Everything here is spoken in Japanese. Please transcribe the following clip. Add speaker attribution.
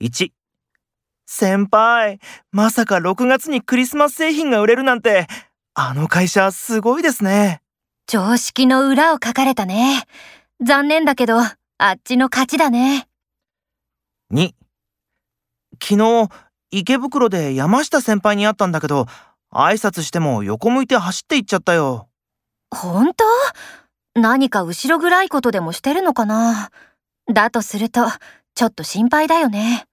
Speaker 1: 1先輩、まさか6月にクリスマス製品が売れるなんて、あの会社すごいですね。
Speaker 2: 常識の裏を書かれたね。残念だけど、あっちの勝ちだね。
Speaker 1: 2昨日、池袋で山下先輩に会ったんだけど、挨拶しても横向いて走って行っちゃったよ。
Speaker 2: 本当何か後ろ暗いことでもしてるのかなだとすると、ちょっと心配だよね。